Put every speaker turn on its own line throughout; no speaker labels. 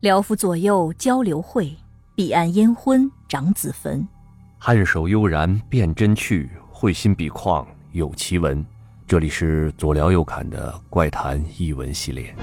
辽府左右交流会，彼岸烟婚长子坟。
颔首悠然辨真趣，会心笔况有奇文。这里是左聊右侃的怪谈译文系列。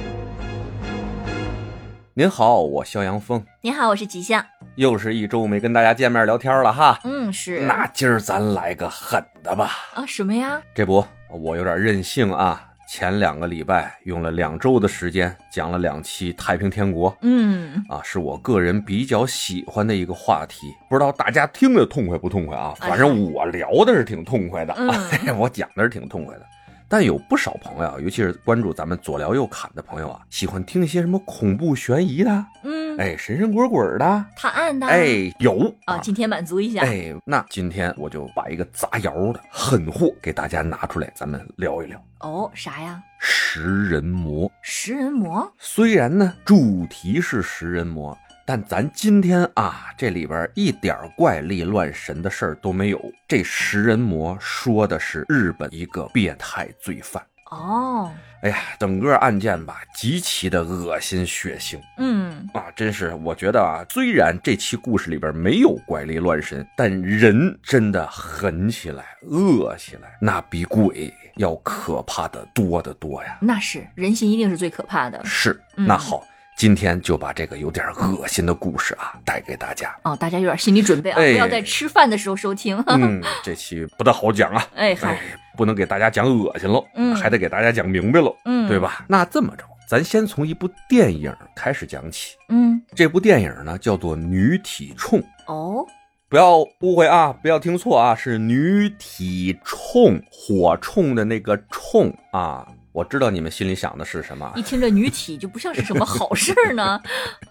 您好，我肖阳峰，
您好，我是吉祥。
又是一周没跟大家见面聊天了哈。
嗯，是
那今儿咱来个狠的吧。
啊，什么呀？
这不，我有点任性啊。前两个礼拜用了两周的时间讲了两期太平天国，
嗯，
啊，是我个人比较喜欢的一个话题，不知道大家听着痛快不痛快啊？
哎
反正我聊的是挺痛快的，哎
嗯
我讲的是挺痛快的。但有不少朋友，啊尤其是关注咱们左聊右侃的朋友啊，喜欢听一些什么恐怖悬疑的，
嗯，
哎，神神鬼鬼的，
探案的，，
哎，有
啊，今天满足一下，
哎，那今天我就把一个砸窑的狠货给大家拿出来，咱们聊一聊
哦，啥呀？
食人魔。
食人魔？
虽然呢主题是食人魔，但咱今天啊这里边一点怪力乱神的事儿都没有。这食人魔说的是日本一个变态罪犯。
哦，
哎呀，整个案件吧，极其的恶心血腥
嗯，
啊！真是，我觉得啊，虽然这期故事里边没有怪力乱神，但人真的狠起来、恶起来，那比鬼要可怕的多得多呀。
那是人心一定是最可怕的。
是，
嗯
那好，今天就把这个有点恶心的故事啊带给大家。
哦，大家有点心理准备啊，
哎
不要在吃饭的时候收听。
嗯，这期不大好讲啊，
哎
哎
嗨，，
不能给大家讲恶心喽，
嗯
还得给大家讲明白喽，
嗯，
对？吧？那这么着，咱先从一部电影开始讲起。
嗯，
这部电影呢叫做《女体冲》，
哦，
不要误会啊，不要听错啊，是女体冲，火冲的那个冲啊。我知道你们心里想的是什么啊，
一听这女体就不像是什么好事儿呢。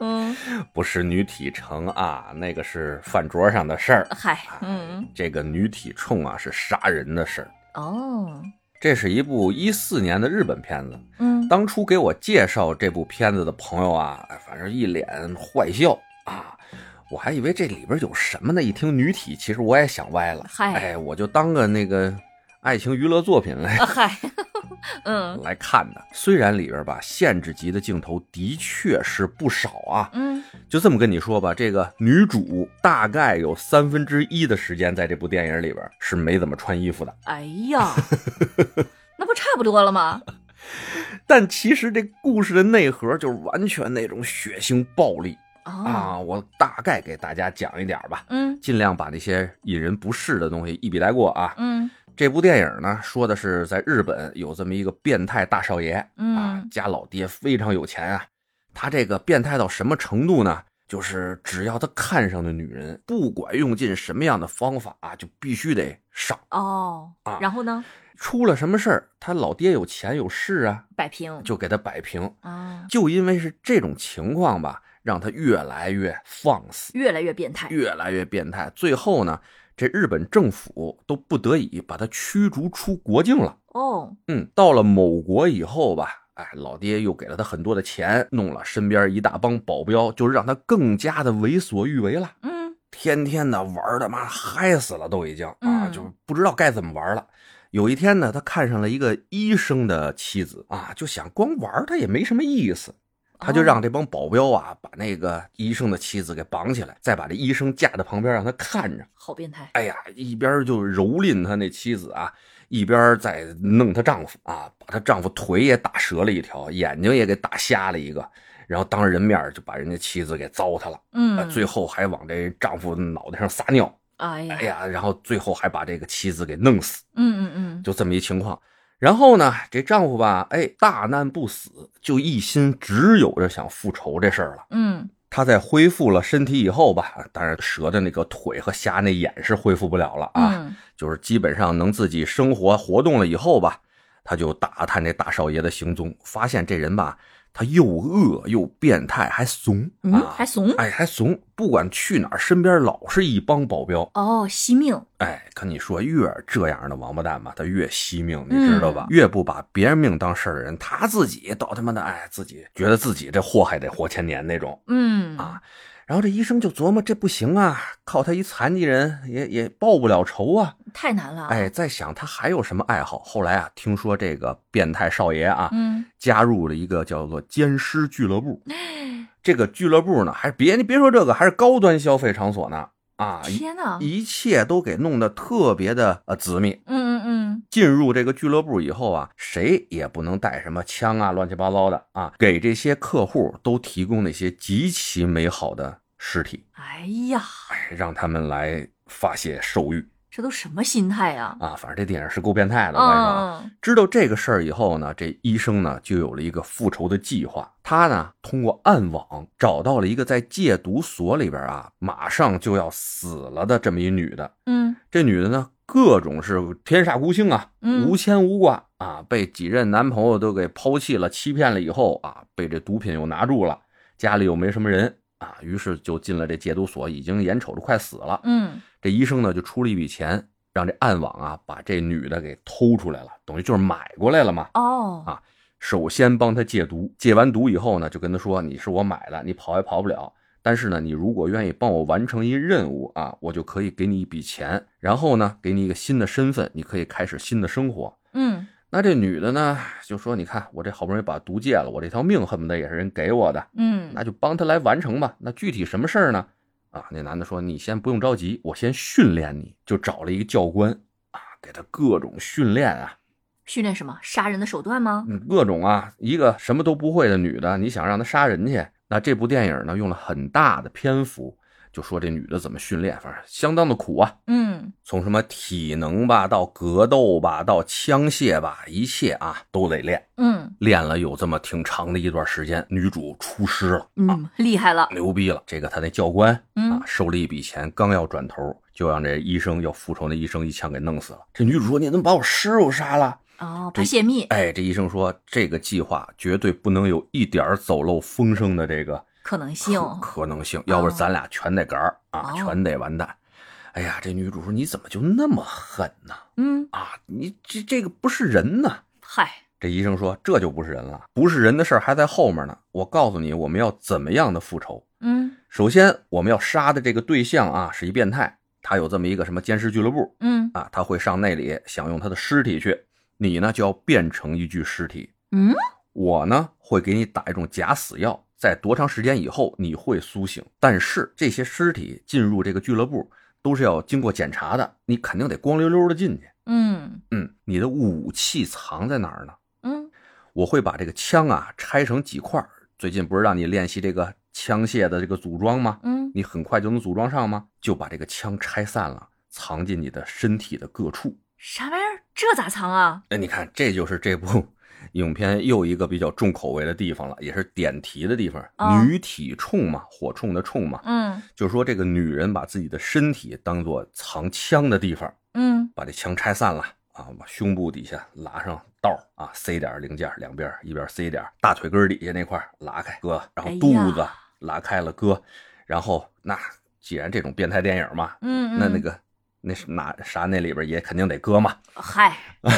嗯，
不是女体城啊，那个是饭桌上的事儿。
嗨，嗯，
这个女体冲啊是杀人的事儿。
哦，
这是一部一四年的日本片子，
嗯，
当初给我介绍这部片子的朋友啊，哎反正一脸坏笑啊，我还以为这里边有什么呢，一听女体，其实我也想歪了，
嗨
哎，我就当个那个爱情娱乐作品来
啊嗨，嗯
来看的。虽然里边吧限制级的镜头的确是不少啊，
嗯，
就这么跟你说吧，这个女主大概有三分之一的时间在这部电影里边是没怎么穿衣服的。
哎呀，那不差不多了吗？
但其实这故事的内核就是完全那种血腥暴力
哦，
啊！我大概给大家讲一点吧，
嗯
尽量把那些引人不适的东西一笔带过啊。
嗯
这部电影呢，说的是在日本有这么一个变态大少爷啊
嗯，，
家老爹非常有钱啊。他这个变态到什么程度呢？就是只要他看上的女人，不管用尽什么样的方法啊，就必须得上。
哦，
啊
然后呢？
出了什么事儿，他老爹有钱有势啊，
摆平
就给他摆平。
啊，
就因为是这种情况吧，让他越来越放肆，
越来越变态。
越来越变态。最后呢，这日本政府都不得已把他驱逐出国境了。
哦，
嗯，到了某国以后吧，哎，老爹又给了他很多的钱，弄了身边一大帮保镖，就是让他更加的为所欲为了，
嗯
天天的玩的妈嗨死了都已经啊，
嗯
就不知道该怎么玩了。有一天呢，他看上了一个医生的妻子啊，就想光玩他也没什么意思，他就
哦
让这帮保镖啊把那个医生的妻子给绑起来，再把这医生架在旁边让他看着。
好变态。
哎呀，一边就蹂躏他那妻子啊，一边在弄她丈夫啊，把她丈夫腿也打折了一条，眼睛也给打瞎了一个，然后当着人面就把人家妻子给糟蹋了，呃
嗯，
最后还往这丈夫脑袋上撒尿，
哎呀
哎，呀，然后最后还把这个妻子给弄死，
嗯嗯嗯，
就这么一情况。然后呢，这丈夫吧，哎，大难不死，就一心只有着想复仇这事儿了。
嗯
他在恢复了身体以后吧，当然蛇的那个腿和瞎那眼是恢复不了了啊，
嗯
就是基本上能自己生活活动了以后吧，他就打探这大少爷的行踪，发现这人吧，他又恶又变态，还怂
嗯，
啊，
还怂。
哎还怂，不管去哪儿，身边老是一帮保镖，
哦，惜命。
哎，跟你说，越这样的王八蛋吧，他越惜命，你知道
嗯
吧？越不把别人命当事儿的人，他自己倒他妈的，哎，自己觉得自己这祸害得活千年那种。
嗯
啊然后这医生就琢磨，这不行啊，靠他一残疾人也也报不了仇啊。
太难了。，
哎，在想他还有什么爱好。后来啊，听说这个变态少爷啊，
嗯，
加入了一个叫做奸尸俱乐部。这个俱乐部呢，还别你别说这个，还是高端消费场所呢啊，一
天哪！
一切都给弄得特别的呃紧密。
嗯嗯
进入这个俱乐部以后啊，谁也不能带什么枪啊、乱七八糟的啊，给这些客户都提供那些极其美好的尸体
嗯，，哎呀，
哎，让他们来发泄兽欲
这都什么心态呀、
啊。反正这电影是够变态的，我跟你说啊。
嗯，
知道这个事儿以后呢，这医生呢就有了一个复仇的计划。他呢通过暗网找到了一个在戒毒所里边啊，马上就要死了的这么一女的。
嗯
这女的呢，各种是天煞孤星啊，
嗯
无牵无挂啊，被几任男朋友都给抛弃了、欺骗了以后啊，被这毒品又拿住了，家里又没什么人啊，于是就进了这戒毒所，已经眼瞅着快死了。
嗯，
这医生呢就出了一笔钱，让这暗网啊把这女的给偷出来了，等于就是买过来了嘛。
哦，
啊首先帮他戒毒，戒完毒以后呢，就跟他说你是我买的，你跑也跑不了。但是呢，你如果愿意帮我完成一任务啊，我就可以给你一笔钱，然后呢，给你一个新的身份，你可以开始新的生活。
嗯
那这女的呢，就说你看我这好不容易把毒戒了，我这条命恨不得也是人给我的，
嗯，
那就帮他来完成吧。那具体什么事儿呢？啊，那男的说：“你先不用着急，我先训练你。”就找了一个教官啊，给他各种训练啊，
训练什么杀人的手段吗？
嗯各种啊。一个什么都不会的女的，你想让她杀人去？那这部电影呢，用了很大的篇幅，就说这女的怎么训练，反正相当的苦啊。
嗯
从什么体能吧，到格斗吧，到枪械吧，一切啊都得练。
嗯
练了有这么挺长的一段时间，女主出师了啊，
嗯，厉害了，
牛逼了！这个他那教官啊
嗯，
收了一笔钱，刚要转头，就让这医生要复仇那医生一枪给弄死了。这女主说：“你怎么把我师傅杀了
哦，怕泄密？”，
哎，这医生说：“这个计划绝对不能有一点儿走漏风声的这个
可能性，
可可能性，要不然咱俩全得杆儿啊，
哦
全得完蛋。”哎呀，这女主说：“你怎么就那么狠呢？
嗯，
啊，你这这个不是人呐！”
嗨，
这医生说：“这就不是人了，不是人的事儿还在后面呢。我告诉你，我们要怎么样的复仇。”
嗯
首先，我们要杀的这个对象啊是一变态，他有这么一个什么监视俱乐部
嗯
啊，他会上那里享用他的尸体去。你呢就要变成一具尸体，
嗯，
我呢会给你打一种假死药，在多长时间以后你会苏醒。但是这些尸体进入这个俱乐部都是要经过检查的，你肯定得光溜溜的进去。
嗯
嗯，你的武器藏在哪儿呢？
嗯
我会把这个枪啊拆成几块儿。最近不是让你练习这个枪械的这个组装吗？
嗯，
你很快就能组装上吗？就把这个枪拆散了，藏进你的身体的各处。
啥玩意儿？这咋藏啊？
哎，你看，这就是这部 影片又一个比较重口味的地方了，也是点题的地方。
啊
女体冲嘛，火铳的铳嘛，
嗯
就是说这个女人把自己的身体当做藏枪的地方，
嗯
把这枪拆散了啊，往胸部底下拉上道儿啊，塞点儿零件儿，两边儿一边儿塞点儿，大腿根儿底下那块儿拉开割，然后
哎呀
肚子拉开了割，然后那既然这种变态电影嘛，
嗯，
那那个那是哪啥那里边也肯定得 割嘛，
嗨，啊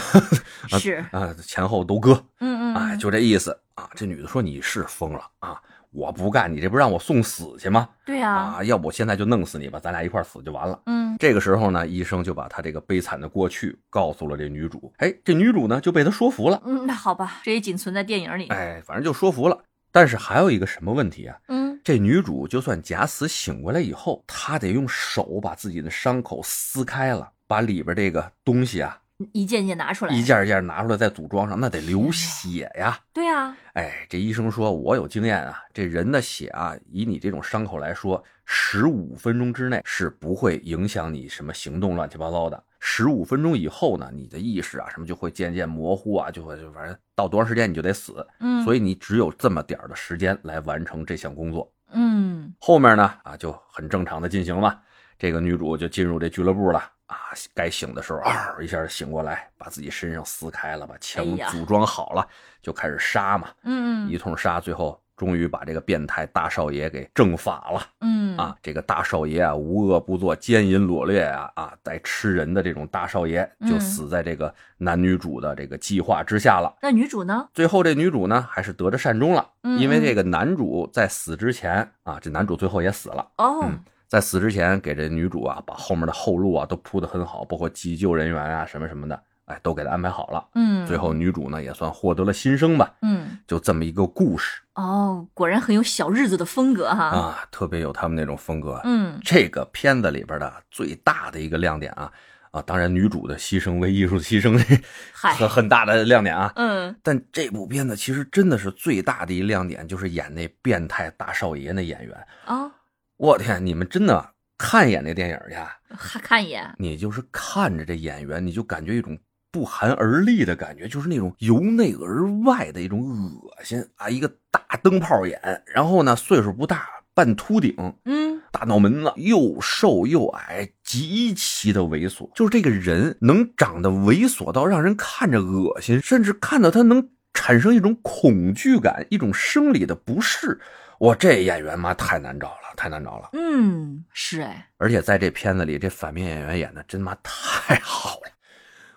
是，
啊，前后都割，
嗯嗯，
哎，就这意思啊。这女的说你是疯了啊，我不干，你这不让我送死去吗？
对啊，
啊，要不我现在就弄死你吧，咱俩一块儿死就完了。
嗯
这个时候呢，医生就把他这个悲惨的过去告诉了这女主，哎，这女主呢就被他说服了，
嗯，那好吧，这也仅存在电影里，
哎，反正就说服了。但是还有一个什么问题啊？
嗯
这女主就算假死醒过来以后，她得用手把自己的伤口撕开了，把里边这个东西啊
一件件拿出来，
一件一件拿出来再组装上，那得流血呀！
对啊，
哎，这医生说，我有经验啊，这人的血啊，以你这种伤口来说，十五分钟之内是不会影响你什么行动乱七八糟的。十五分钟以后呢，你的意识啊什么就会渐渐模糊啊，就会就反正到多长时间你就得死，
嗯，
所
以
以你只有这么点儿的时间来完成这项工作。
嗯
后面呢啊就很正常的进行嘛。这个女主就进入这俱乐部了啊，该醒的时候嗷一下就醒过来，把自己身上撕开了，把枪
哎呀
组装好了，就开始杀嘛，
嗯
一
嗯
通杀，最后终于把这个变态大少爷给正法了
嗯
啊！这个大少爷啊，无恶不作，奸淫掳掠啊啊，带吃人的这种大少爷就
嗯
死在这个男女主的这个计划之下了。
那女主呢？
最后这女主呢，还是得着善终了，
嗯
因为
嗯
这个男主在死之前啊，这男主最后也死了。
哦
嗯，在死之前给这女主啊，把后面的后路啊都铺得很好，包括急救人员啊什么什么的哎，都给他安排好了。
嗯，
最后女主呢也算获得了新生吧，
嗯，
就这么一个故事
哦，果然很有小日子的风格哈。
啊，特别有他们那种风格。啊
嗯
这个片子里边的最大的一个亮点啊啊，当然女主的牺牲为艺术的牺牲，
嗨
很很大的亮点啊。
嗯，
但这部片子其实真的是最大的一亮点，就是演那变态大少爷那演员。
哦，
我天，你们真的看一眼那电影去，
还看一眼，
你就是看着这演员，你就感觉一种不寒而栗的感觉，就是那种由内而外的一种恶心啊！一个大灯泡眼，然后呢，岁数不大，半秃顶，
嗯
大脑门子，又瘦又矮，极其的猥琐。就是这个人能长得猥琐到让人看着恶心，甚至看到他能产生一种恐惧感，一种生理的不适。我这演员妈太难找了，太难找了。
嗯，是哎，
而且在这片子里，这反面演员演的真妈太好了，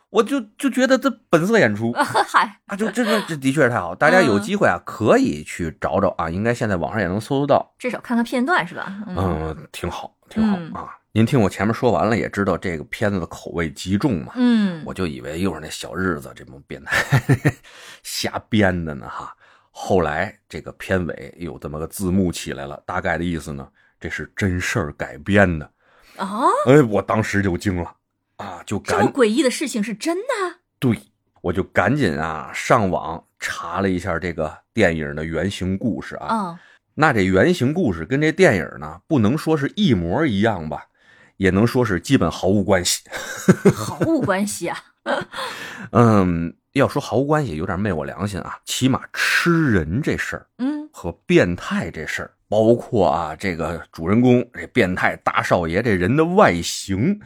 我就就觉得这本色 演出
嗨，
啊，就真的这的确是太好。大家
嗯
有机会啊，可以去找找啊，应该现在网上也能搜得到。
至少看看片段是吧？嗯
嗯，挺好，挺好
嗯
啊。您听我前面说完了，也知道这个片子的口味极重嘛，
嗯，
我就以为又是那小日子这帮变态 瞎编的呢哈。后来这个片尾有这么个字幕起来了，大概的意思呢，这是真事儿改编的。
哦，
哎，我当时就惊了啊，就
这么
赶
诡异的事情是真的？
对，我就赶紧啊上网查了一下这个电影的原型故事啊。
哦，
那这原型故事跟这电影呢，不能说是一模一样吧，也能说是基本毫无关系。
毫无关系啊。
嗯，要说毫无关系，有点昧我良心啊。起码吃人这事儿
嗯
和变态这事儿，包括啊这个主人公这变态大少爷这人的外形，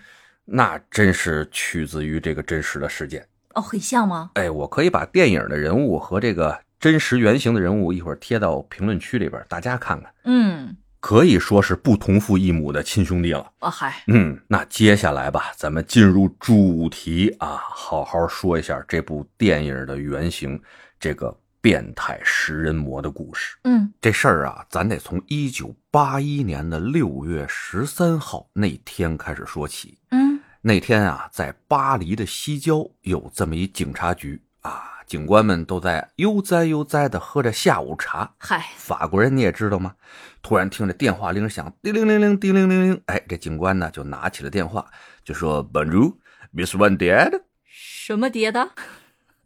那真是取自于这个真实的事件。
哦，很像吗？
哎，我可以把电影的人物和这个真实原型的人物一会儿贴到评论区里边，大家看看，
嗯，
可以说是不同父异母的亲兄弟了。
哦嗨，
嗯，那接下来吧，咱们进入主题啊，好好说一下这部电影的原型，这个变态食人魔的故事。
嗯
这事儿啊，咱得从一九八一年的六月十三号那天开始说起。
嗯
那天啊，在巴黎的西郊有这么一警察局啊，警官们都在悠哉悠哉的喝着下午茶。
嗨，
法国人你也知道吗？突然听着电话铃响，叮铃铃铃，叮铃铃铃。哎，这警官呢就拿起了电话，就说：“Bonjour，Miss Van d e d
什么爹的？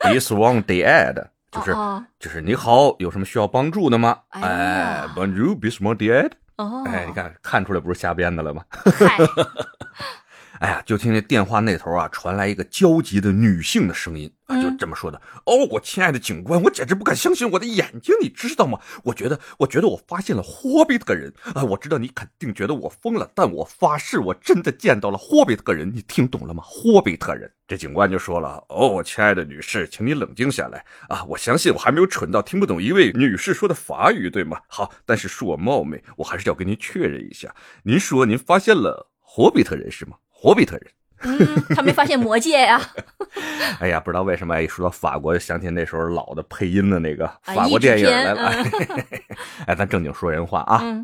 m i s s Van d e d 就是
哦
就是你好，有什么需要帮助的吗？
哎呀
哎，Bonjour，Miss Van d e d
哦，
哎，你看看出来不是瞎编的了吗？
嗨，
哎呀，就听这电话那头啊传来一个焦急的女性的声音啊，
嗯
就这么说的：“哦，我亲爱的警官，我简直不敢相信我的眼睛，你知道吗？我觉得，我觉得我发现了霍比特人啊！我知道你肯定觉得我疯了，但我发誓，我真的见到了霍比特人，你听懂了吗？霍比特人。”这警官就说了：“哦，我亲爱的女士，请你冷静下来啊！我相信我还没有蠢到听不懂一位女士说的法语，对吗？好，但是恕我冒昧，我还是要跟您确认一下，您说您发现了霍比特人是吗？霍比特人。”
嗯，他没发现魔戒呀？
哎呀，不知道为什么一说到法国，就想起那时候老的配音的那个
啊
法国电影来了。
译
哎，咱正经说人话啊，
嗯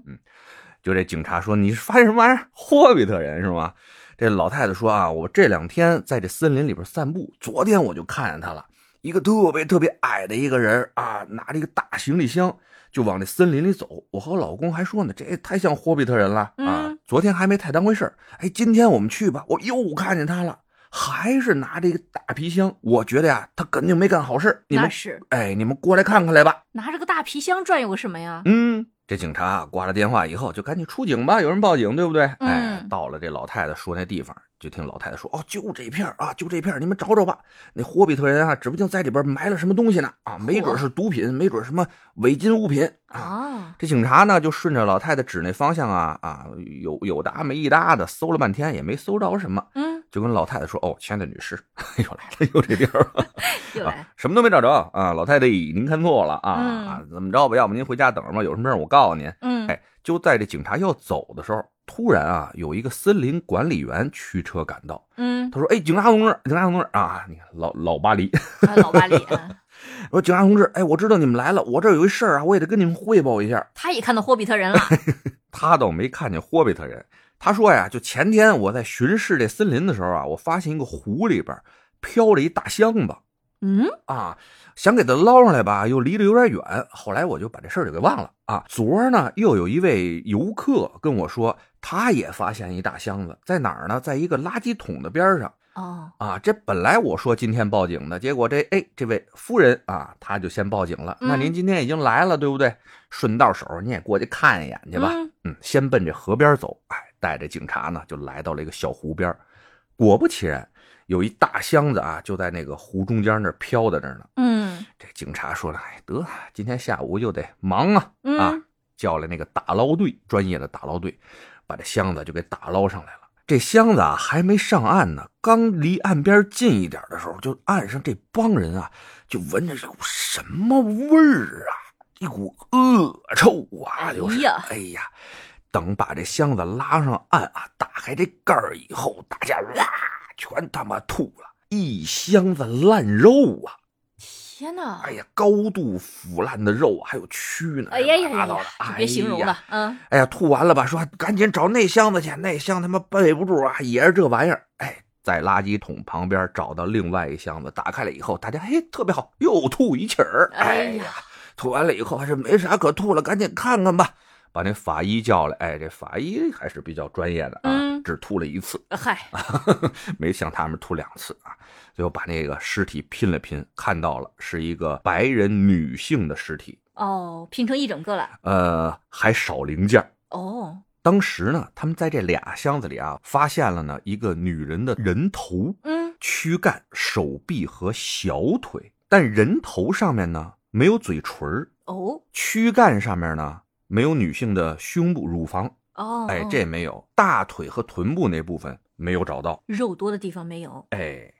就这警察说你是发现什么玩意儿？霍比特人是吗？这老太太说啊，我这两天在这森林里边散步，昨天我就看见他了，一个特别特别矮的一个人啊，拿着一个大行李箱就往那森林里走。我和我老公还说呢，这也太像霍比特人了啊。
嗯
昨天还没太当回事儿，哎，今天我们去吧，我又看见他了。还是拿着一个大皮箱，我觉得呀、他肯定没干好事。你
那
们，
是
哎，你们过来看看来吧。
拿着个大皮箱转悠个什么呀？
嗯，这警察啊挂了电话以后就赶紧出警吧，有人报警，对不对？哎
嗯，
到了这老太太说那地方，就听老太太说：“哦，就这片儿啊，就这片儿，你们找找吧。那霍比特人啊，指不定在里边埋了什么东西呢啊，没准是毒品，没准什么违禁物品啊。”
啊，
这警察呢，就顺着老太太指那方向啊啊，有有搭没一搭的搜了半天，也没搜着什么，
嗯，
就跟老太太说：“哦，亲爱的女士， 又来了，又这地儿了。”
又
啊
来，，
什么都没找着啊，老太太，您看错了啊、
嗯
啊，怎么着吧？要不您回家等着吧，有什么事儿我告诉您。
嗯，
哎，就在这警察要走的时候，突然啊，有一个森林管理员驱车赶到，
嗯，
他说：“哎，警察同志，警察同志啊，你看老老巴黎，
啊老巴里，嗯
我说警察同志，哎，我知道你们来了，我这儿有一事儿啊，我也得跟你们汇报一下。
他也看到霍比特 人了。”
他倒没看见霍比特人，他说呀，就前天我在巡视这森林的时候啊，我发现一个湖里边飘了一大箱子
嗯，
啊，想给它捞上来吧，又离得有点远。后来我就把这事儿就给忘了啊。昨儿呢，又有一位游客跟我说，他也发现一大箱子，在哪儿呢？在一个垃圾桶的边上。
哦，
啊，这本来我说今天报警的，结果这哎，这位夫人啊，她就先报警了。那
嗯
您您今天已经来了，对不对？顺道手你也过去看一眼去吧。
嗯
嗯，先奔这河边走。哎，带着警察呢，就来到了一个小湖边儿。果不其然，有一大箱子啊，就在那个湖中间那儿飘在那儿呢。
嗯
这警察说了：“哎，得，今天下午又得忙啊
嗯
啊！”叫来那个打捞队，专业的打捞队，把这箱子就给打捞上来了。这箱子啊还没上岸呢，刚离岸边近一点的时候，就岸上这帮人啊，就闻着这股什么味儿啊，一股恶臭啊，就是
哎呀
哎呀。等把这箱子拉上岸啊，打开这盖儿以后，大家哇，全他妈吐了，一箱子烂肉啊！
天哪！
哎呀，高度腐烂的肉啊还有蛆呢，
哎呀呀
拿
呀
到了
呀，，就别形容
哎呀
了。，嗯，
哎呀，吐完了吧，说赶紧找那箱子去，那箱他妈备不住啊，也是这玩意儿。哎，在垃圾桶旁边找到另外一箱子，打开了以后，大家嘿特别好，又吐一气儿。
哎
哎
呀，
吐完了以后还是没啥可吐了，赶紧看看吧。把那法医叫来，哎，这法医还是比较专业的啊，
嗯
只吐了一次。
嗨，
没像他们吐两次啊。最后把那个尸体拼了拼，看到了是一个白人女性的尸体，
哦，拼成一整个了，
呃，还少零件儿。
哦，
当时呢，他们在这俩箱子里啊，发现了呢一个女人的人头、
嗯，
躯干、手臂和小腿，但人头上面呢没有嘴唇儿，
哦，
躯干上面呢没有女性的胸部、乳房，
哦，
哎
哦，
这没有，大腿和臀部那部分没有找到。
肉多的地方没有，
哎，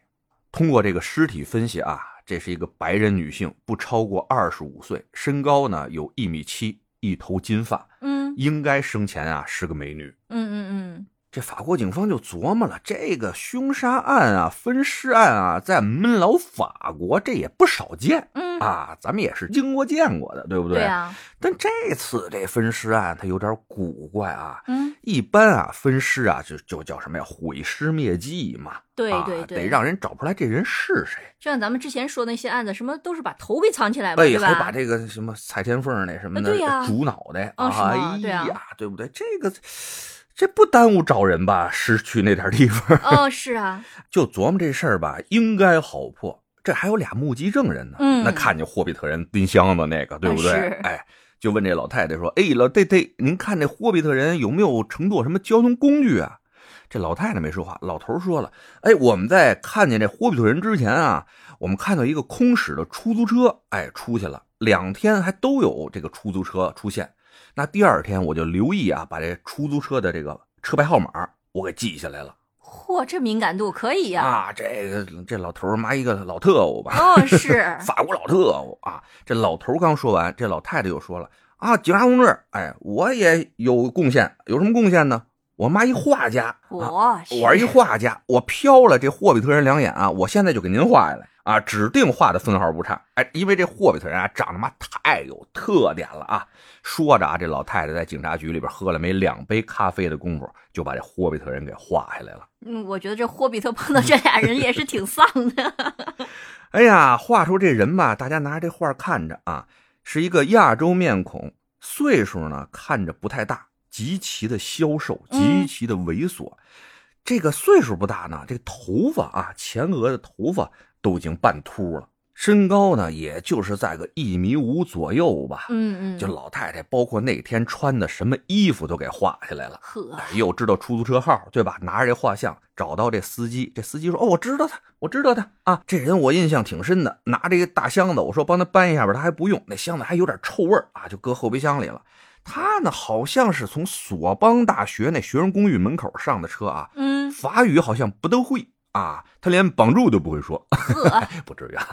通过这个尸体分析啊，这是一个白人女性，不超过二十五岁，身高呢有一米七，一头金发，
嗯
应该生前啊是个美女。
嗯嗯
这法国警方就琢磨了，这个凶杀案啊、分尸案啊，在闷老法国这也不少见
嗯嗯，
啊，咱们也是经过见过的，对不对？
对啊，
但这次这分尸案它有点古怪啊。
嗯，
一般啊，分尸啊，就就叫什么呀？毁尸灭迹嘛，
对
啊
对对，
得让人找出来这人是谁。
就像咱们之前说那些案子，什么都是把头给藏起来嘛，
哎，
对
还
吧
把？这个什么蔡天凤那什么
啊
的
对呀
煮脑袋，
啊是吗
哎
对啊
呀，对不对？这个这不耽误找人吧？失去那点地方，
哦，是 啊，
就琢磨这事儿吧，应该好破。这还有俩目击证人呢，
嗯
那看见霍比特人拎箱子那个，对不对？
啊是
哎，就问这老太太说：“哎，老太太，您看这霍比特人有没有乘坐什么交通工具啊？”这老太太没说话，老头说了：“哎，我们在看见这霍比特人之前啊，我们看到一个空驶的出租车，哎，出去了两天还都有这个出租车出现。那第二天我就留意啊，把这出租车的这个车牌号码我给记下来了。”
嚯，这敏感度可以呀，
啊，这个这老头儿妈一个老特务吧，
哦， 是
法国老特务啊。这老头儿刚说完，这老太太又说了啊，警察同志，哎，我也有贡献，有什么贡献呢？我妈一画家，啊
我是
我是一画家，我瞟了这霍比特人两眼啊，我现在就给您画下来啊，指定画的分毫不差。哎，因为这霍比特人啊，长得妈太有特点了啊。说着啊，这老太太在警察局里边喝了没两杯咖啡的功夫，就把这霍比特人给画下来了。
嗯，我觉得这霍比特碰到这俩人也是挺丧的。
哎呀，画出这人吧，大家拿着这画看着啊，是一个亚洲面孔，岁数呢看着不太大，极其的消瘦，
嗯
极其的猥琐。这个岁数不大呢，这个头发啊，前额的头发都已经半秃了，身高呢也就是在个一米五左右吧。
嗯嗯，
就老太太，包括那天穿的什么衣服都给画下来了。
呵，
哎又知道出租车号，对吧？拿着这画像找到这司机，这司机说：“哦，我知道他，我知道他啊，这人我印象挺深的。拿这个大箱子，我说帮他搬一下吧，他还不用，那箱子还有点臭味儿啊，就搁后备箱里了。他呢，好像是从索邦大学那学生公寓门口上的车啊，
嗯
法语好像不都会啊，他连绑住都不会 说，
呵，
不至于啊。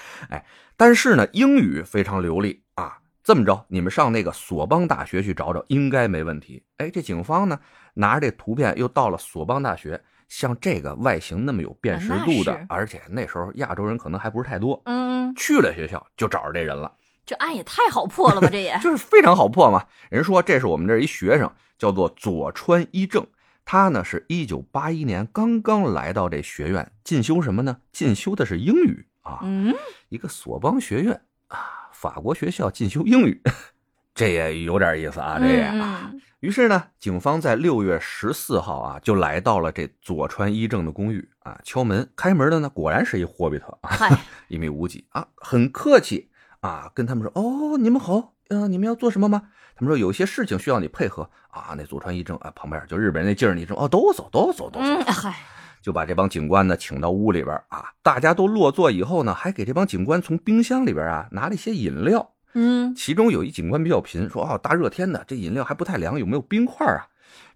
哎，但是呢，英语非常流利啊。这么着，你们上那个索邦大学去找找，应该没问题。哎，这警方呢，拿着这图片又到了索邦大学，像这个外形那么有辨识度的，
啊那是
而且那时候亚洲人可能还不是太多，
嗯，
去了学校就找着这人了，
这案也太好破 了吧？这也
就是非常好破嘛。人说这是我们这儿一学生，叫做佐川一正，他呢是一九八一年刚刚来到这学院进修什么呢？进修的是英语啊，
嗯，
一个索邦学院啊，法国学校进修英语， 这也有点意思啊，这也啊。
嗯
于是呢，警方在六月十四号啊，就来到了这佐川一正的公寓啊，敲门。开门的呢，果然是一霍比特啊，
嗨，
一米五几啊，很客气啊，跟他们说：“哦，你们好，嗯、你们要做什么吗？”他们说：“有些事情需要你配合啊。”那佐川一正啊，旁边就日本人那劲儿，你说：“哦，都走，都走，都走。
嗯，嗨，
就把这帮警官呢请到屋里边啊，大家都落座以后呢，还给这帮警官从冰箱里边啊拿了一些饮料，
嗯，
其中有一警官比较贫，说：“哦，大热天的，这饮料还不太凉，有没有冰块啊？”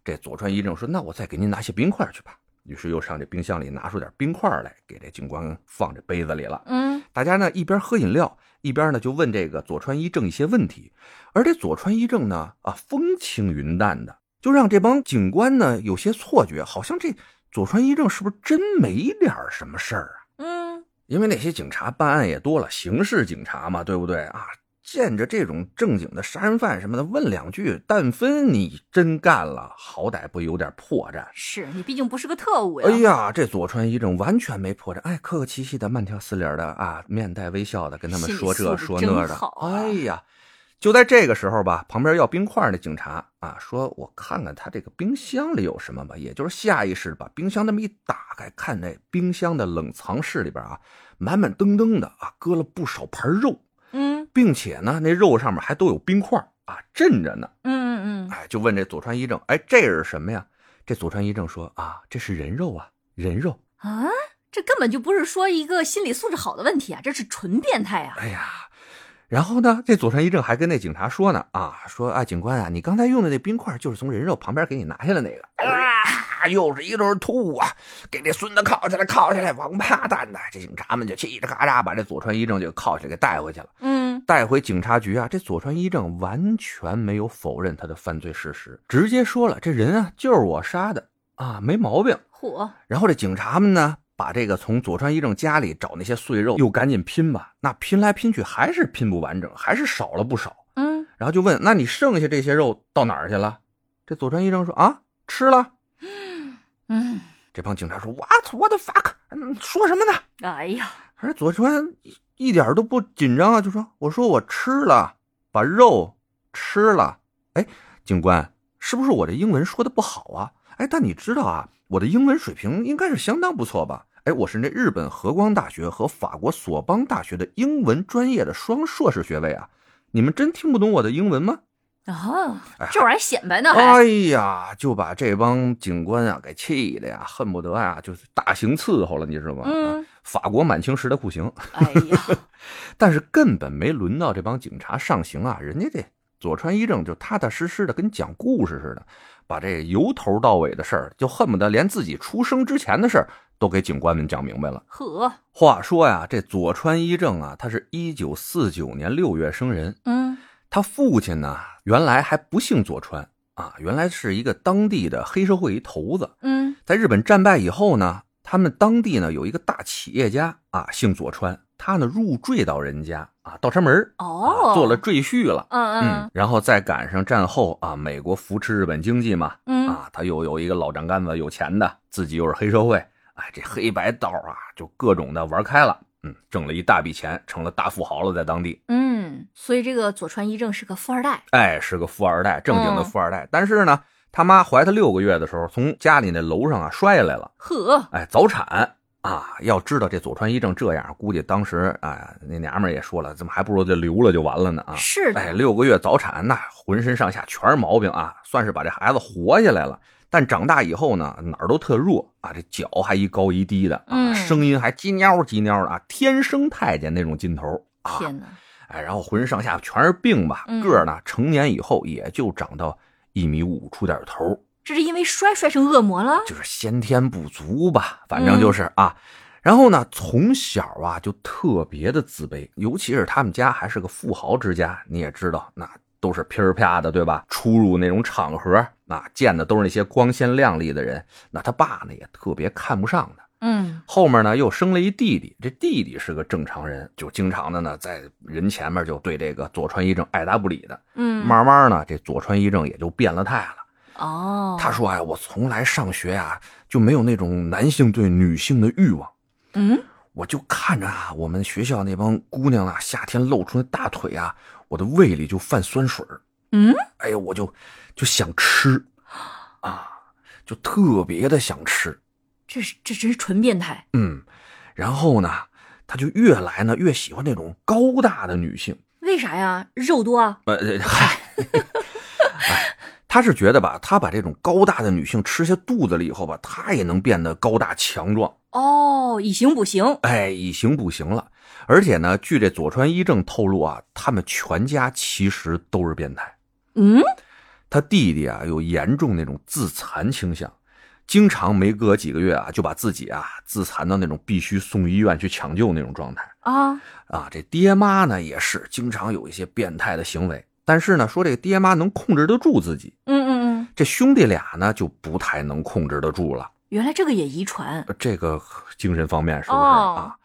这佐川一正说：“那我再给您拿些冰块去吧。”于是又上这冰箱里拿出点冰块来，给这警官放这杯子里了。
嗯，
大家呢一边喝饮料，一边呢就问这个佐川一正一些问题，而这佐川一正呢啊风轻云淡的，就让这帮警官呢有些错觉，好像这佐川一正是不是真没点儿什么事儿啊？
嗯，
因为那些警察办案也多了，刑事警察嘛，对不对啊？见着这种正经的杀人犯什么的，问两句，但分你真干了，好歹不有点破绽？
是你毕竟不是个特务呀。
哎呀，这佐川一正完全没破绽，哎，客客气气的，慢条斯理的啊，面带微笑的跟他们
心理
说
素
这说
质
那
真
的
好。啊
哎呀，就在这个时候吧，旁边要冰块的警察啊，说我看看他这个冰箱里有什么吧，也就是下意识地把冰箱那么一打开，看这冰箱的冷藏室里边啊，满满登登的啊，搁了不少盘肉，
嗯
并且呢，那肉上面还都有冰块啊，镇着呢。
嗯嗯嗯，
哎，就问这佐川一正，哎，这是什么呀？这佐川一正说啊，这是人肉啊，人肉。
啊，这根本就不是说一个心理素质好的问题啊，这是纯变态啊。
哎呀，然后呢，这佐川一正还跟那警察说呢，啊，说啊，警官啊，你刚才用的那冰块就是从人肉旁边给你拿下来那个。啊，又是一顿吐啊，给这孙子铐起来，铐起来，王八蛋呐！这警察们就嘁哩咔嚓把这佐川一正就铐起来给带回去了。
嗯
带回警察局啊，这佐川一正完全没有否认他的犯罪事实，直接说了，这人啊就是我杀的啊，没毛病。
嚯，
然后这警察们呢，把这个从佐川一正家里找那些碎肉又赶紧拼吧，那拼来拼去还是拼不完整，还是少了不少。
嗯
然后就问：“那你剩下这些肉到哪儿去了？”这佐川一正说：“啊，吃了。
嗯，”
这帮警察说：“What what the fuck？嗯说什么呢
哎呀，？”
而佐川一一点都不紧张啊，就说：“我说我吃了，把肉吃了。”哎，警官，是不是我这英文说的不好啊？哎，但你知道啊，我的英文水平应该是相当不错吧？哎，我是那日本和光大学和法国索邦大学的英文专业的双硕士学位啊！你们真听不懂我的英文吗？
啊
哎，
这玩意儿显摆呢还。
哎呀，就把这帮警官啊给气的呀，恨不得啊就是大刑伺候了，你知道吗？
嗯
啊法国满清时的酷刑，
哎呀，
但是根本没轮到这帮警察上刑啊，人家这佐川一正就踏踏实实的跟讲故事似的，把这由头到尾的事儿，就恨不得连自己出生之前的事儿都给警官们讲明白了。
呵，
话说呀，这佐川一正啊，他是一九四九年六月生人，
嗯
他父亲呢原来还不姓佐川啊，原来是一个当地的黑社会一头子，
嗯
在日本战败以后呢，他们当地呢有一个大企业家啊，姓佐川，他呢入赘到人家啊，倒插门儿
哦
啊做了赘婿了。
嗯嗯
然后再赶上战后啊，美国扶持日本经济嘛，
嗯，
啊，他又有一个老丈杆子，有钱的，自己又是黑社会，哎，这黑白道啊，就各种的玩开了，嗯，挣了一大笔钱，成了大富豪了，在当地。
嗯，所以这个佐川一正是个富二代。
哎，是个富二代，正经的
哦
富二代。但是呢，他妈怀他六个月的时候，从家里那楼上啊摔下来了，
呵，
哎，早产啊。要知道这佐川一正这样，估计当时哎那娘们儿也说了，怎么还不如就流了就完了呢啊。
是的，
哎，六个月早产，那浑身上下全是毛病啊，算是把这孩子活下来了。但长大以后呢，哪儿都特弱啊，这脚还一高一低的啊，
嗯
声音还叽喵叽喵的啊，天生太监那种劲头啊。
天哪，
哎，然后浑身上下全是病吧，
嗯
个儿呢成年以后也就长到一米五出点头，
这是因为摔摔成恶魔了？
就是先天不足吧，反正就是啊。然后呢，从小啊就特别的自卑，尤其是他们家还是个富豪之家，你也知道，那都是噼儿啪的，对吧？出入那种场合，那见的都是那些光鲜亮丽的人，那他爸呢也特别看不上他。
嗯
后面呢又生了一弟弟，这弟弟是个正常人，就经常的呢在人前面就对这个佐川一正爱答不理的。
嗯，
慢慢呢，这佐川一正也就变了态了。
哦，
他说：“哎，我从来上学啊就没有那种男性对女性的欲望，
嗯，
我就看着啊我们学校那帮姑娘啊夏天露出那大腿啊，我的胃里就泛酸水儿
嗯，
哎呦，我就就想吃啊，就特别的想吃，
这是这真是纯变态，
嗯，然后呢，他就越来呢越喜欢那种高大的女性，
为啥呀？肉多啊，
呃，呃嗨，哎，他是觉得吧，他把这种高大的女性吃下肚子里以后吧，他也能变得高大强壮，
哦，以形补形，
哎，以形补形了。而且呢，据这佐川一正透露啊，他们全家其实都是变态。
嗯，
他弟弟啊，有严重那种自残倾向，经常没隔几个月啊，就把自己啊自残到那种必须送医院去抢救那种状态。
啊，
啊，这爹妈呢也是经常有一些变态的行为，但是呢，说这个爹妈能控制得住自己，
嗯嗯嗯，
这兄弟俩呢就不太能控制得住了。
原来这个也遗传，
呃这个精神方面是不是、
哦
啊？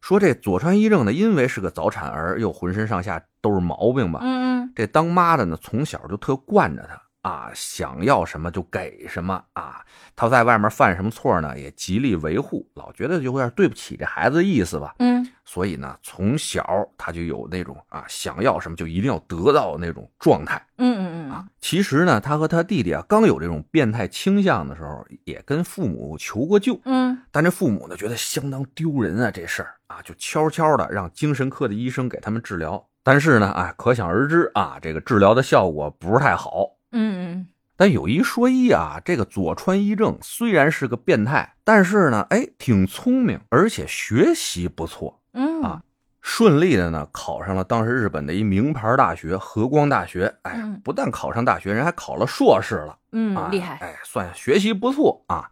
说这佐川一正呢，因为是个早产儿，又浑身上下都是毛病吧，
嗯
这当妈的呢从小就特惯着他啊，想要什么就给什么啊。他在外面犯什么错呢，也极力维护，老觉得有点对不起这孩子的意思吧。
嗯嗯，
所以呢，从小他就有那种啊，想要什么就一定要得到的那种状态
嗯嗯
啊
嗯，。
其实呢，他和他弟弟啊，刚有这种变态倾向的时候，也跟父母求过救，
嗯，
但这父母呢，觉得相当丢人啊，这事儿啊，就悄悄的让精神科的医生给他们治疗。但是呢，啊，可想而知啊，这个治疗的效果不是太啊好。
嗯嗯
但有一说一啊，这个佐川一正虽然是个变态，但是呢，哎，挺聪明，而且学习不错。
嗯
啊，顺利的呢考上了当时日本的一名牌大学和光大学。哎
嗯，
不但考上大学，人还考了硕士了，啊
嗯，厉害，
哎，算学习不错啊。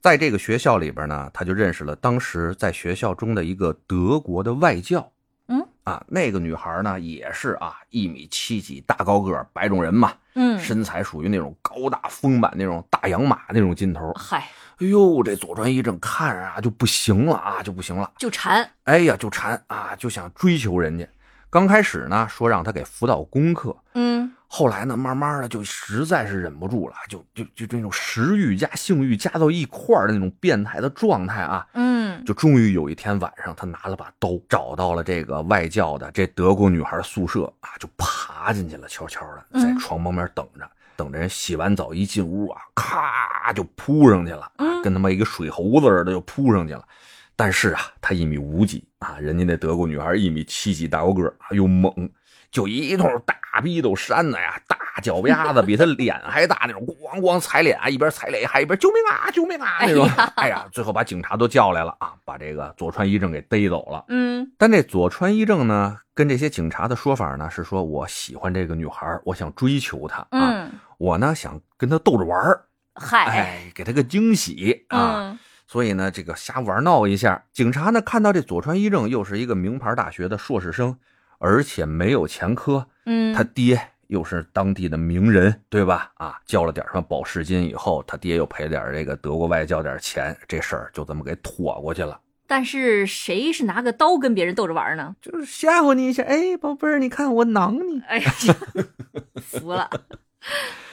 在这个学校里边呢，他就认识了当时在学校中的一个德国的外教。
嗯，
啊，那个女孩呢也是啊，一米七几，大高个儿，白种人嘛，
嗯，
身材属于那种高大丰满那种大洋马那种劲头。
嗨，
哎呦，这佐川一正看着啊就不行了啊，就不行了。
就馋，
哎呀，就馋啊，就想追求人家。刚开始呢，说让他给辅导功课，
嗯
后来呢，慢慢的就实在是忍不住了，就就就这种食欲加性欲加到一块儿的那种变态的状态啊，
嗯，
就终于有一天晚上，他拿了把刀，找到了这个外教的这德国女孩宿舍啊，就爬进去了，悄悄的在
嗯
床旁边等着，等着人洗完澡一进屋啊，咔就扑上去了，啊
嗯
跟他妈一个水猴子似的就扑上去了。但是啊，他一米五几啊，人家那德国女孩一米七几大高个儿啊，又猛，就一通大逼斗扇子呀，大脚丫子比他脸还大那种，咣咣踩脸啊，一边踩脸还一边救命啊，救命啊那种。哎呀，最后把警察都叫来了啊，把这个佐川一正给逮走了。
嗯
但这佐川一正呢，跟这些警察的说法呢是说，我喜欢这个女孩，我想追求她啊，
嗯，
我呢想跟她逗着玩儿，
嗨，
哎，给她个惊喜啊。
嗯
所以呢，这个瞎玩闹一下。警察呢看到这佐川一正又是一个名牌大学的硕士生，而且没有前科，
嗯，
他爹又是当地的名人，对吧？啊，交了点什么保释金以后，他爹又赔点这个德国外教点钱，这事儿就这么给妥过去了。
但是谁是拿个刀跟别人斗着玩呢？
就是吓唬你一下，哎，宝贝儿，你看我囊你，
哎呀，服 了，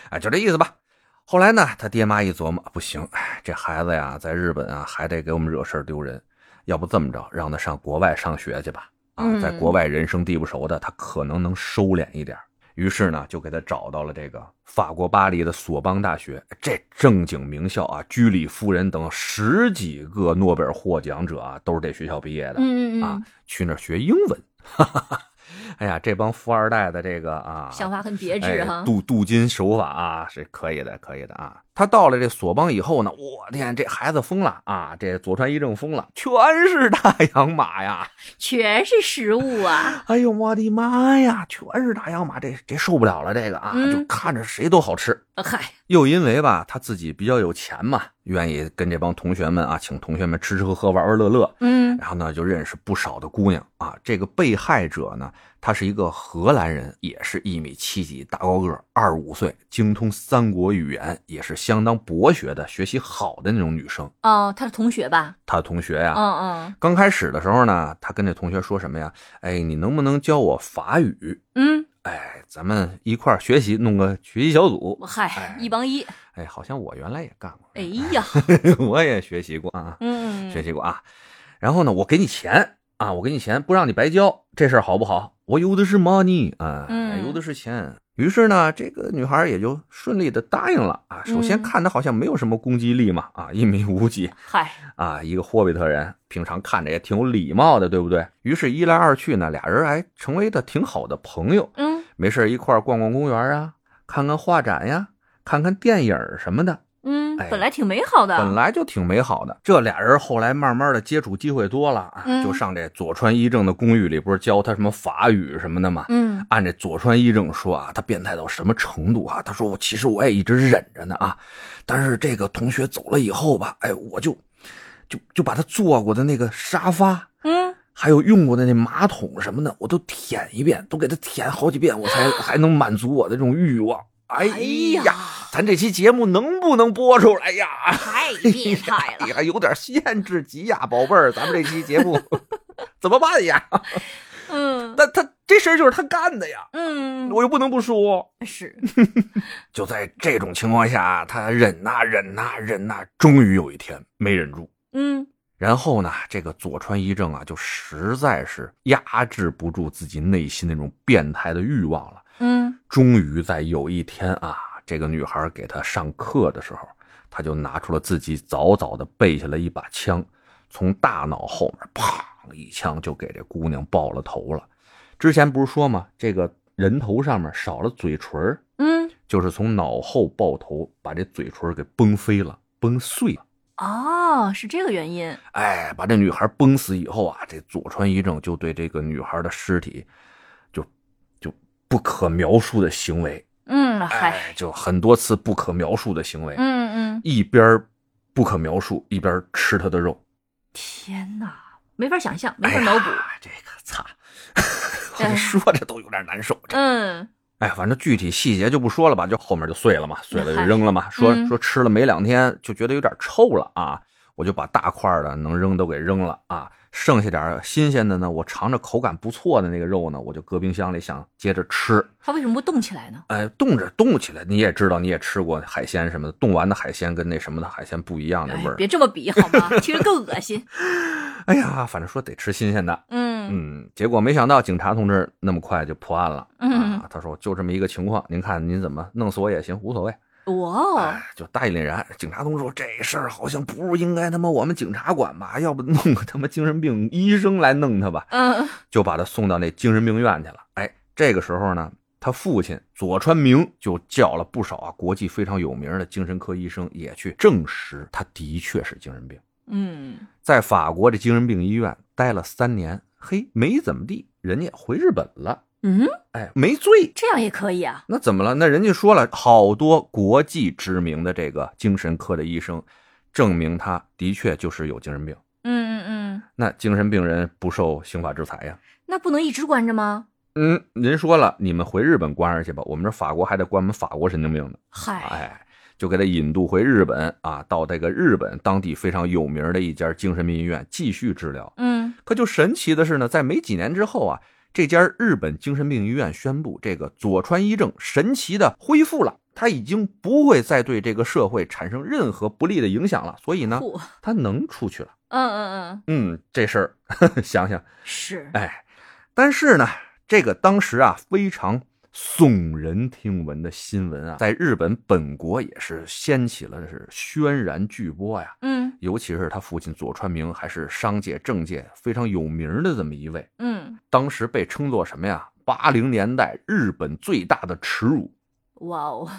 哎，就这意思吧。后来呢，他爹妈一琢磨，不行，哎，这孩子呀，在日本啊，还得给我们惹事儿丢人，要不这么着，让他上国外上学去吧。啊，
嗯
在国外人生地不熟的，他可能能收敛一点儿。于是呢，就给他找到了这个法国巴黎的索邦大学，这正经名校啊，居里夫人等十几个诺贝尔获奖者啊，都是这学校毕业的。
嗯嗯
啊
嗯，，
去那儿学英文。 哎呀，这帮富二代的这个啊，
想法很别致
哎
哈，
镀镀金手法啊，是可以的，可以的啊。他到了这索邦以后呢，我天，这孩子疯了啊！这佐川一正疯了，全是大洋马呀！
全是食物啊，
哎呦，我的妈呀，全是大洋马，这这受不了了，这个啊，
嗯
就看着谁都好吃。
呃嗨，
又因为吧，他自己比较有钱嘛，愿意跟这帮同学们啊，请同学们吃吃喝喝、玩玩乐乐，
嗯
然后呢，就认识不少的姑娘啊。这个被害者呢，他是一个荷兰人，也是一米七几，大高个儿，二十五岁，精通三国语言，也是相当博学的，学习好的那种女生。
哦，他的同学吧，
他同学呀、
嗯嗯
刚开始的时候呢，他跟这同学说什么呀？哎，你能不能教我法语
嗯，
哎，咱们一块儿学习，弄个学习小组。
嗯嗨，一帮一，
哎，好像我原来也干过，
哎 呀，
我也学习过啊，
嗯，
学习过啊。然后呢，我给你钱啊，我给你钱，不让你白交，这事儿好不好？我有的是 money 啊，
嗯
有的是钱。于是呢，这个女孩也就顺利的答应了啊。首先
嗯
看她好像没有什么攻击力嘛，啊，一米五几，
嗨，
啊，一个霍比特人，平常看着也挺有礼貌的，对不对？于是，一来二去呢，俩人还成为的挺好的朋友，
嗯
没事儿一块儿逛逛公园啊，看看画展呀，看看电影儿什么的，
嗯，
哎
本来挺美好的，
本来就挺美好的。这俩人后来慢慢的接触机会多了啊，
嗯
就上这佐川一正的公寓里，不是教他什么法语什么的嘛。
嗯
按这佐川一正说啊，他变态到什么程度啊？他说我其实我也一直忍着呢啊，但是这个同学走了以后吧，哎，我就就就把他坐过的那个沙发，
嗯，
还有用过的那马桶什么的，我都舔一遍，都给他舔好几遍，我 才还能满足我的这种欲望。哎
哎呀
呀，咱这期节目能不能播出来呀？
太变态了
你，还有点限制级呀，宝贝儿，咱们这期节目怎么办呀？
嗯
但他这事儿就是他干的呀，
嗯，
我又不能不说。
是，
就在这种情况下，他忍呐、忍呐、忍呐、终于有一天没忍住。
嗯
然后呢，这个佐川一正啊，就实在是压制不住自己内心那种变态的欲望了。
嗯
终于在有一天啊，这个女孩给他上课的时候，他就拿出了自己早早的备下了一把枪，从大脑后面啪一枪就给这姑娘爆了头了。之前不是说吗？这个人头上面少了嘴唇儿
嗯，
就是从脑后爆头，把这嘴唇儿给崩飞了，崩碎了。
哦，是这个原因，
哎，把这女孩崩死以后啊，这佐川一正就对这个女孩的尸体就就不可描述的行为，
嗯，嗨，
哎，就很多次不可描述的行为，
嗯嗯，
一边儿不可描述，一边儿吃她的肉，
天哪，没法想象，没
哎
法
呀
脑补，
这个 擦，
哎
我说着都有点难受。这
嗯
哎，反正具体细节就不说了吧，就后面就碎了嘛，碎了就扔了嘛。说
嗯
说吃了没两天就觉得有点臭了啊，我就把大块儿的能扔都给扔了啊，剩下点儿新鲜的呢，我尝着口感不错的那个肉呢，我就搁冰箱里想接着吃。
它为什么不动起来呢？
哎，冻着冻起来，你也知道，你也吃过海鲜什么的，冻完的海鲜跟那什么的海鲜不一样的
哎
味，儿。
别这么比好 吗？听着更恶心。
哎呀，反正说得吃新鲜的，
嗯
嗯，结果没想到警察同志那么快就破案了。
嗯
啊，他说就这么一个情况，您看您怎么弄死我也行，无所谓。
哇
哎
哦，，
就大义凛然。警察同志说这事儿好像不是应该他妈我们警察管吧？要不弄个他妈精神病医生来弄他吧？
嗯
就把他送到那精神病院去了。哎，这个时候呢，他父亲佐川明就叫了不少啊国际非常有名的精神科医生，也去证实他的确是精神病。
嗯，
在法国这精神病医院待了三年，嘿，没怎么地，人家也回日本了，
嗯，
哎，没罪。
这样也可以啊。
那怎么了？那人家说了，好多国际知名的这个精神科的医生，证明他的确就是有精神病。
嗯嗯嗯，
那精神病人不受刑法制裁呀？
那不能一直关着吗？
嗯，人说了，你们回日本关着去吧，我们这法国还得关我们法国神经病呢。
嗨，
哎，就给他引渡回日本啊，到这个日本当地非常有名的一家精神病医院继续治疗。
嗯
可就神奇的是呢，在没几年之后啊，这家日本精神病医院宣布，这个佐川一正神奇的恢复了，他已经不会再对这个社会产生任何不利的影响了，所以呢，
酷，
他能出去了。
嗯嗯
嗯，这事儿 呵呵想想，
嗯，是，
哎，但是呢，这个当时啊非常耸人听闻的新闻啊，在日本本国也是掀起了是轩然巨波呀。
嗯
尤其是他父亲佐川明，还是商界、政界非常有名的这么一位，
嗯，
当时被称作什么呀？八零年代日本最大的耻辱。
哇哦，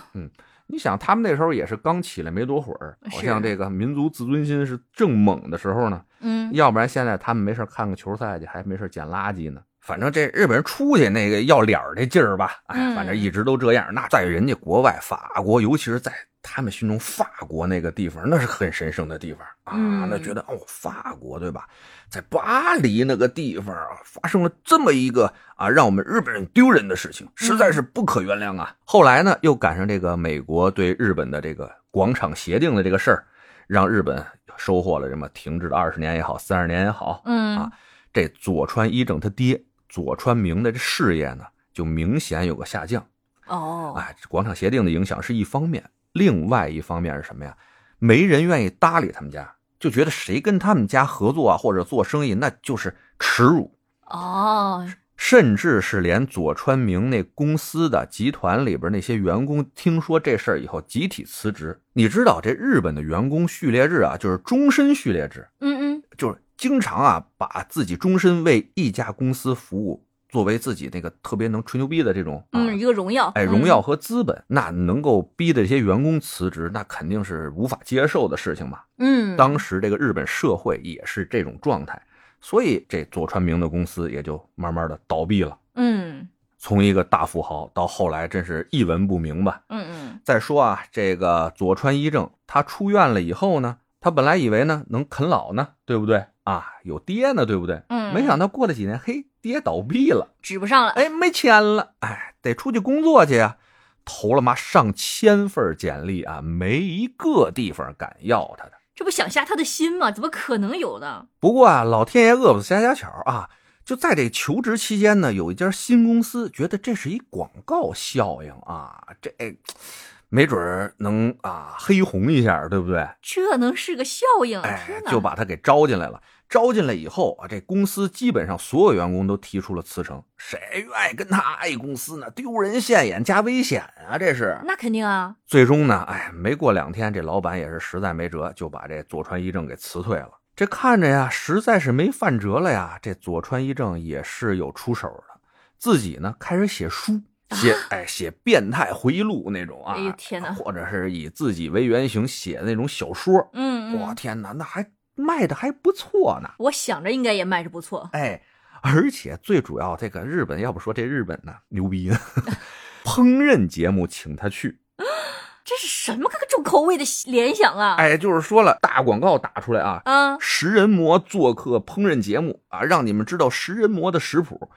你想，他们那时候也是刚起来没多会儿，
是
好像这个民族自尊心是正猛的时候呢。
嗯
要不然现在他们没事看个球赛去，还没事捡垃圾呢。反正这日本人出去那个要脸儿这劲儿吧，哎，
嗯
反正一直都这样。那在人家国外，法国，尤其是在他们心中法国那个地方，那是很神圣的地方啊。
嗯
那觉得哦，法国对吧？在巴黎那个地方啊发生了这么一个啊，让我们日本人丢人的事
嗯
情，实在是不可原谅啊。后来呢，又赶上这个美国对日本的这个广场协定的这个事儿，让日本收获了什么停滞了二十年也好，三十年也好，
嗯
啊这佐川一正他爹佐川明的这事业呢，就明显有个下降。
哦，
哎，广场协定的影响是一方面，另外一方面是什么呀？没人愿意搭理他们家，就觉得谁跟他们家合作啊，或者做生意，那就是耻辱。
哦，
甚至是连佐川明那公司的集团里边那些员工，听说这事儿以后集体辞职。你知道这日本的员工序列制啊，就是终身序列制，
嗯嗯，
就是经常啊把自己终身为一家公司服务，作为自己那个特别能吹牛逼的这种、啊、
嗯，一个荣耀，
哎，
嗯
荣耀，和资本，那能够逼的这些员工辞职，那肯定是无法接受的事情嘛。
嗯，
当时这个日本社会也是这种状态，所以这佐川明的公司也就慢慢的倒闭了。
嗯
从一个大富豪到后来真是一文不名吧。
嗯嗯，
再说啊，这个佐川一正他出院了以后呢，他本来以为呢能啃老呢，对不对啊？有爹呢，对不对？
嗯
没想到过了几年，嘿，爹倒闭了。
指不上了，
哎，没钱了，哎，得出去工作去呀、投了妈上千份简历啊，没一个地方敢要他的。
这不想瞎他的心吗？怎么可能有呢？
不过啊，老天爷饿不死瞎家巧啊，就在这求职期间呢，有一家新公司觉得这是一广告效应啊，这哎没准儿能啊黑红一下，对不对？
这能啊是个效应？啊
哎
天，哪，
就把他给招进来了。招进来以后啊，这公司基本上所有员工都提出了辞呈，谁愿意跟他爱公司呢？丢人现眼加危险啊！这是。
那肯定啊，
最终呢，哎，没过两天，这老板也是实在没辙，就把这佐川一正给辞退了。这看着呀，实在是没饭辙了呀。这佐川一正也是有出手的，自己呢开始写书，写哎写变态回忆录那种
啊
啊，
哎呦天哪
或者是以自己为原型写的那种小说。
嗯
我
嗯，
天哪，那还卖的还不错呢。
我想着应该也卖着不错，
哎，而且最主要，这个日本要不说这日本呢牛逼 呢，烹饪节目请他去，
这是什么各种口味的联想啊？
哎，就是说了大广告打出来啊，
啊，
食人魔做客烹饪节目啊，让你们知道食人魔的食谱，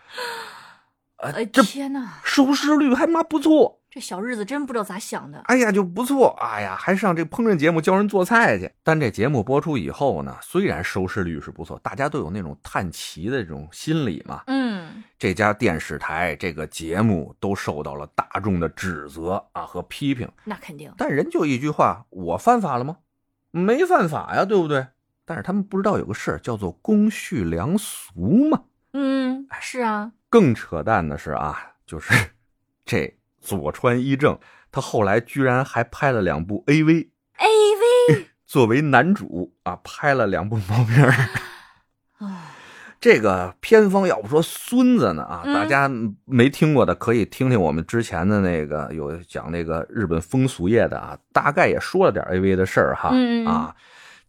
哎，
呃这
天哪，
收视率还妈不错，
这小日子真不知道咋想的。
哎呀就不错，哎呀还上这烹饪节目教人做菜去。但这节目播出以后呢，虽然收视率是不错，大家都有那种探奇的这种心理嘛，
嗯，
这家电视台这个节目都受到了大众的指责啊和批评，
那肯定。
但人就一句话：我犯法了吗？没犯法呀，对不对？但是他们不知道有个事儿叫做公序良俗嘛。
嗯，
哎
是啊，
更扯淡的是啊，就是 这佐川一正，他后来居然还拍了两部 AV，
AV
作为男主啊，拍了两部毛片儿。
啊，
这个偏方要不说孙子呢啊，
嗯
大家没听过的可以听听我们之前的那个有讲那个日本风俗业的啊，大概也说了点 AV 的事儿哈、
嗯嗯
啊，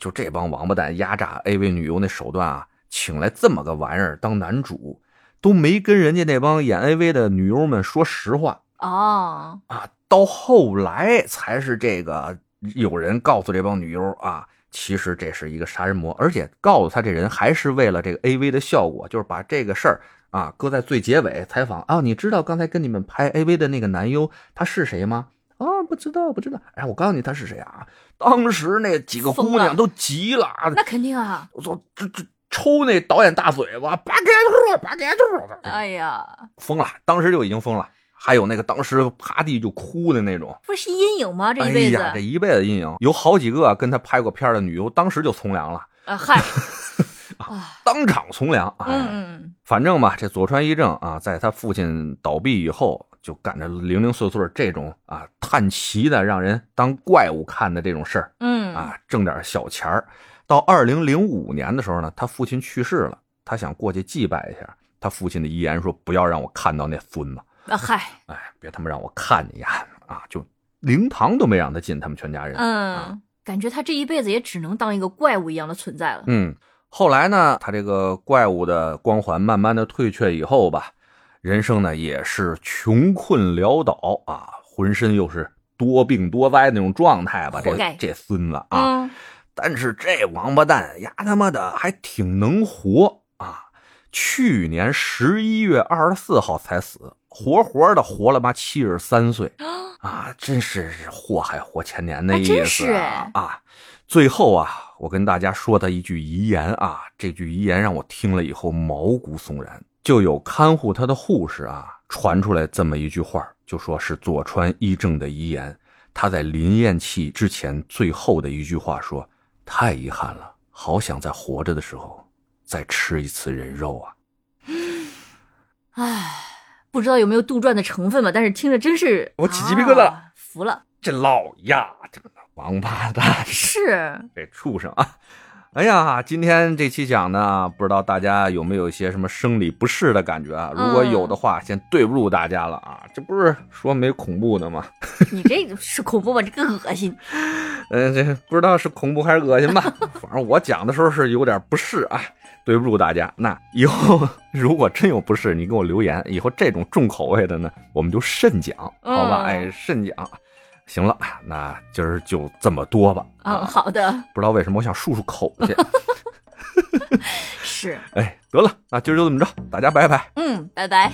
就这帮王八蛋压榨 AV 女优那手段啊，请来这么个玩意儿当男主，都没跟人家那帮演 AV 的女优们说实话
哦，
啊，到后来才是这个有人告诉这帮女优啊，其实这是一个杀人魔，而且告诉他这人还是为了这个 A V 的效果，就是把这个事儿啊搁在最结尾采访啊。你知道刚才跟你们拍 A V 的那个男优他是谁吗？啊，不知道，不知道。哎，我告诉你他是谁啊！当时那几个姑
疯了
娘都急了，啊！
那肯定啊。
我操，这这抽那导演大嘴巴，八给住，八给住，
哎呀，
疯了，当时就已经疯了。还有那个当时趴地就哭的那种，
不是阴影吗？这一辈子
哎呀，这一辈子阴影，有好几个啊跟他拍过片儿的女优，当时就从良了，
啊，嗨，啊，
当场从良。哎、
嗯嗯，
反正吧，这佐川一正啊，在他父亲倒闭以后，就干着零零碎碎这种啊探奇的，让人当怪物看的这种事儿
嗯，
啊，挣点小钱儿。到二零零五年的时候呢，他父亲去世了，他想过去祭拜一下。他父亲的遗言说：“不要让我看到那孙子，
啊，嗨，
哎，别他妈让我看见呀！”啊，就灵堂都没让他进，他们全家人。
嗯，感觉他这一辈子也只能当一个怪物一样的存在了。
嗯，后来呢，他这个怪物的光环慢慢的退却以后吧，人生呢也是穷困潦倒啊，浑身又是多病多灾那种状态吧。这
活该
这孙子啊，
嗯，
但是这王八蛋呀，他妈的还挺能活啊！去年十一月二十四号才死，活活的活了妈七十三岁啊！真是祸害活千年那
还
意
真
思
是
啊
哎
啊！最后啊，我跟大家说他一句遗言啊，这句遗言让我听了以后毛骨悚然。就有看护他的护士啊传出来这么一句话，就说是佐川一正的遗言。他在临咽气之前最后的一句话说：“太遗憾了，好想在活着的时候再吃一次人肉啊！”
唉，不知道有没有杜撰的成分吧，但是听着真是
我起鸡皮疙瘩了
啊服了。
这老鸭，这个王八蛋，
是，
这畜生啊！哎呀，今天这期讲呢，不知道大家有没有一些什么生理不适的感觉啊？如果有的话，先对不住大家了啊！这不是说没恐怖的吗？
你这是恐怖吗？这个恶 心。
嗯，这不知道是恐怖还是恶 心吧。反正我讲的时候是有点不适啊，对不住大家。那以后 如果真有不适，你给我留言。以后这种重口味的呢，我们就慎讲，好吧？
嗯
哎，慎讲。行了，那今儿就这么多吧。啊
嗯，好的，
不知道为什么我想漱漱口 去。
是，
哎，得了，那今儿就这么着，大家拜拜。
嗯，拜拜。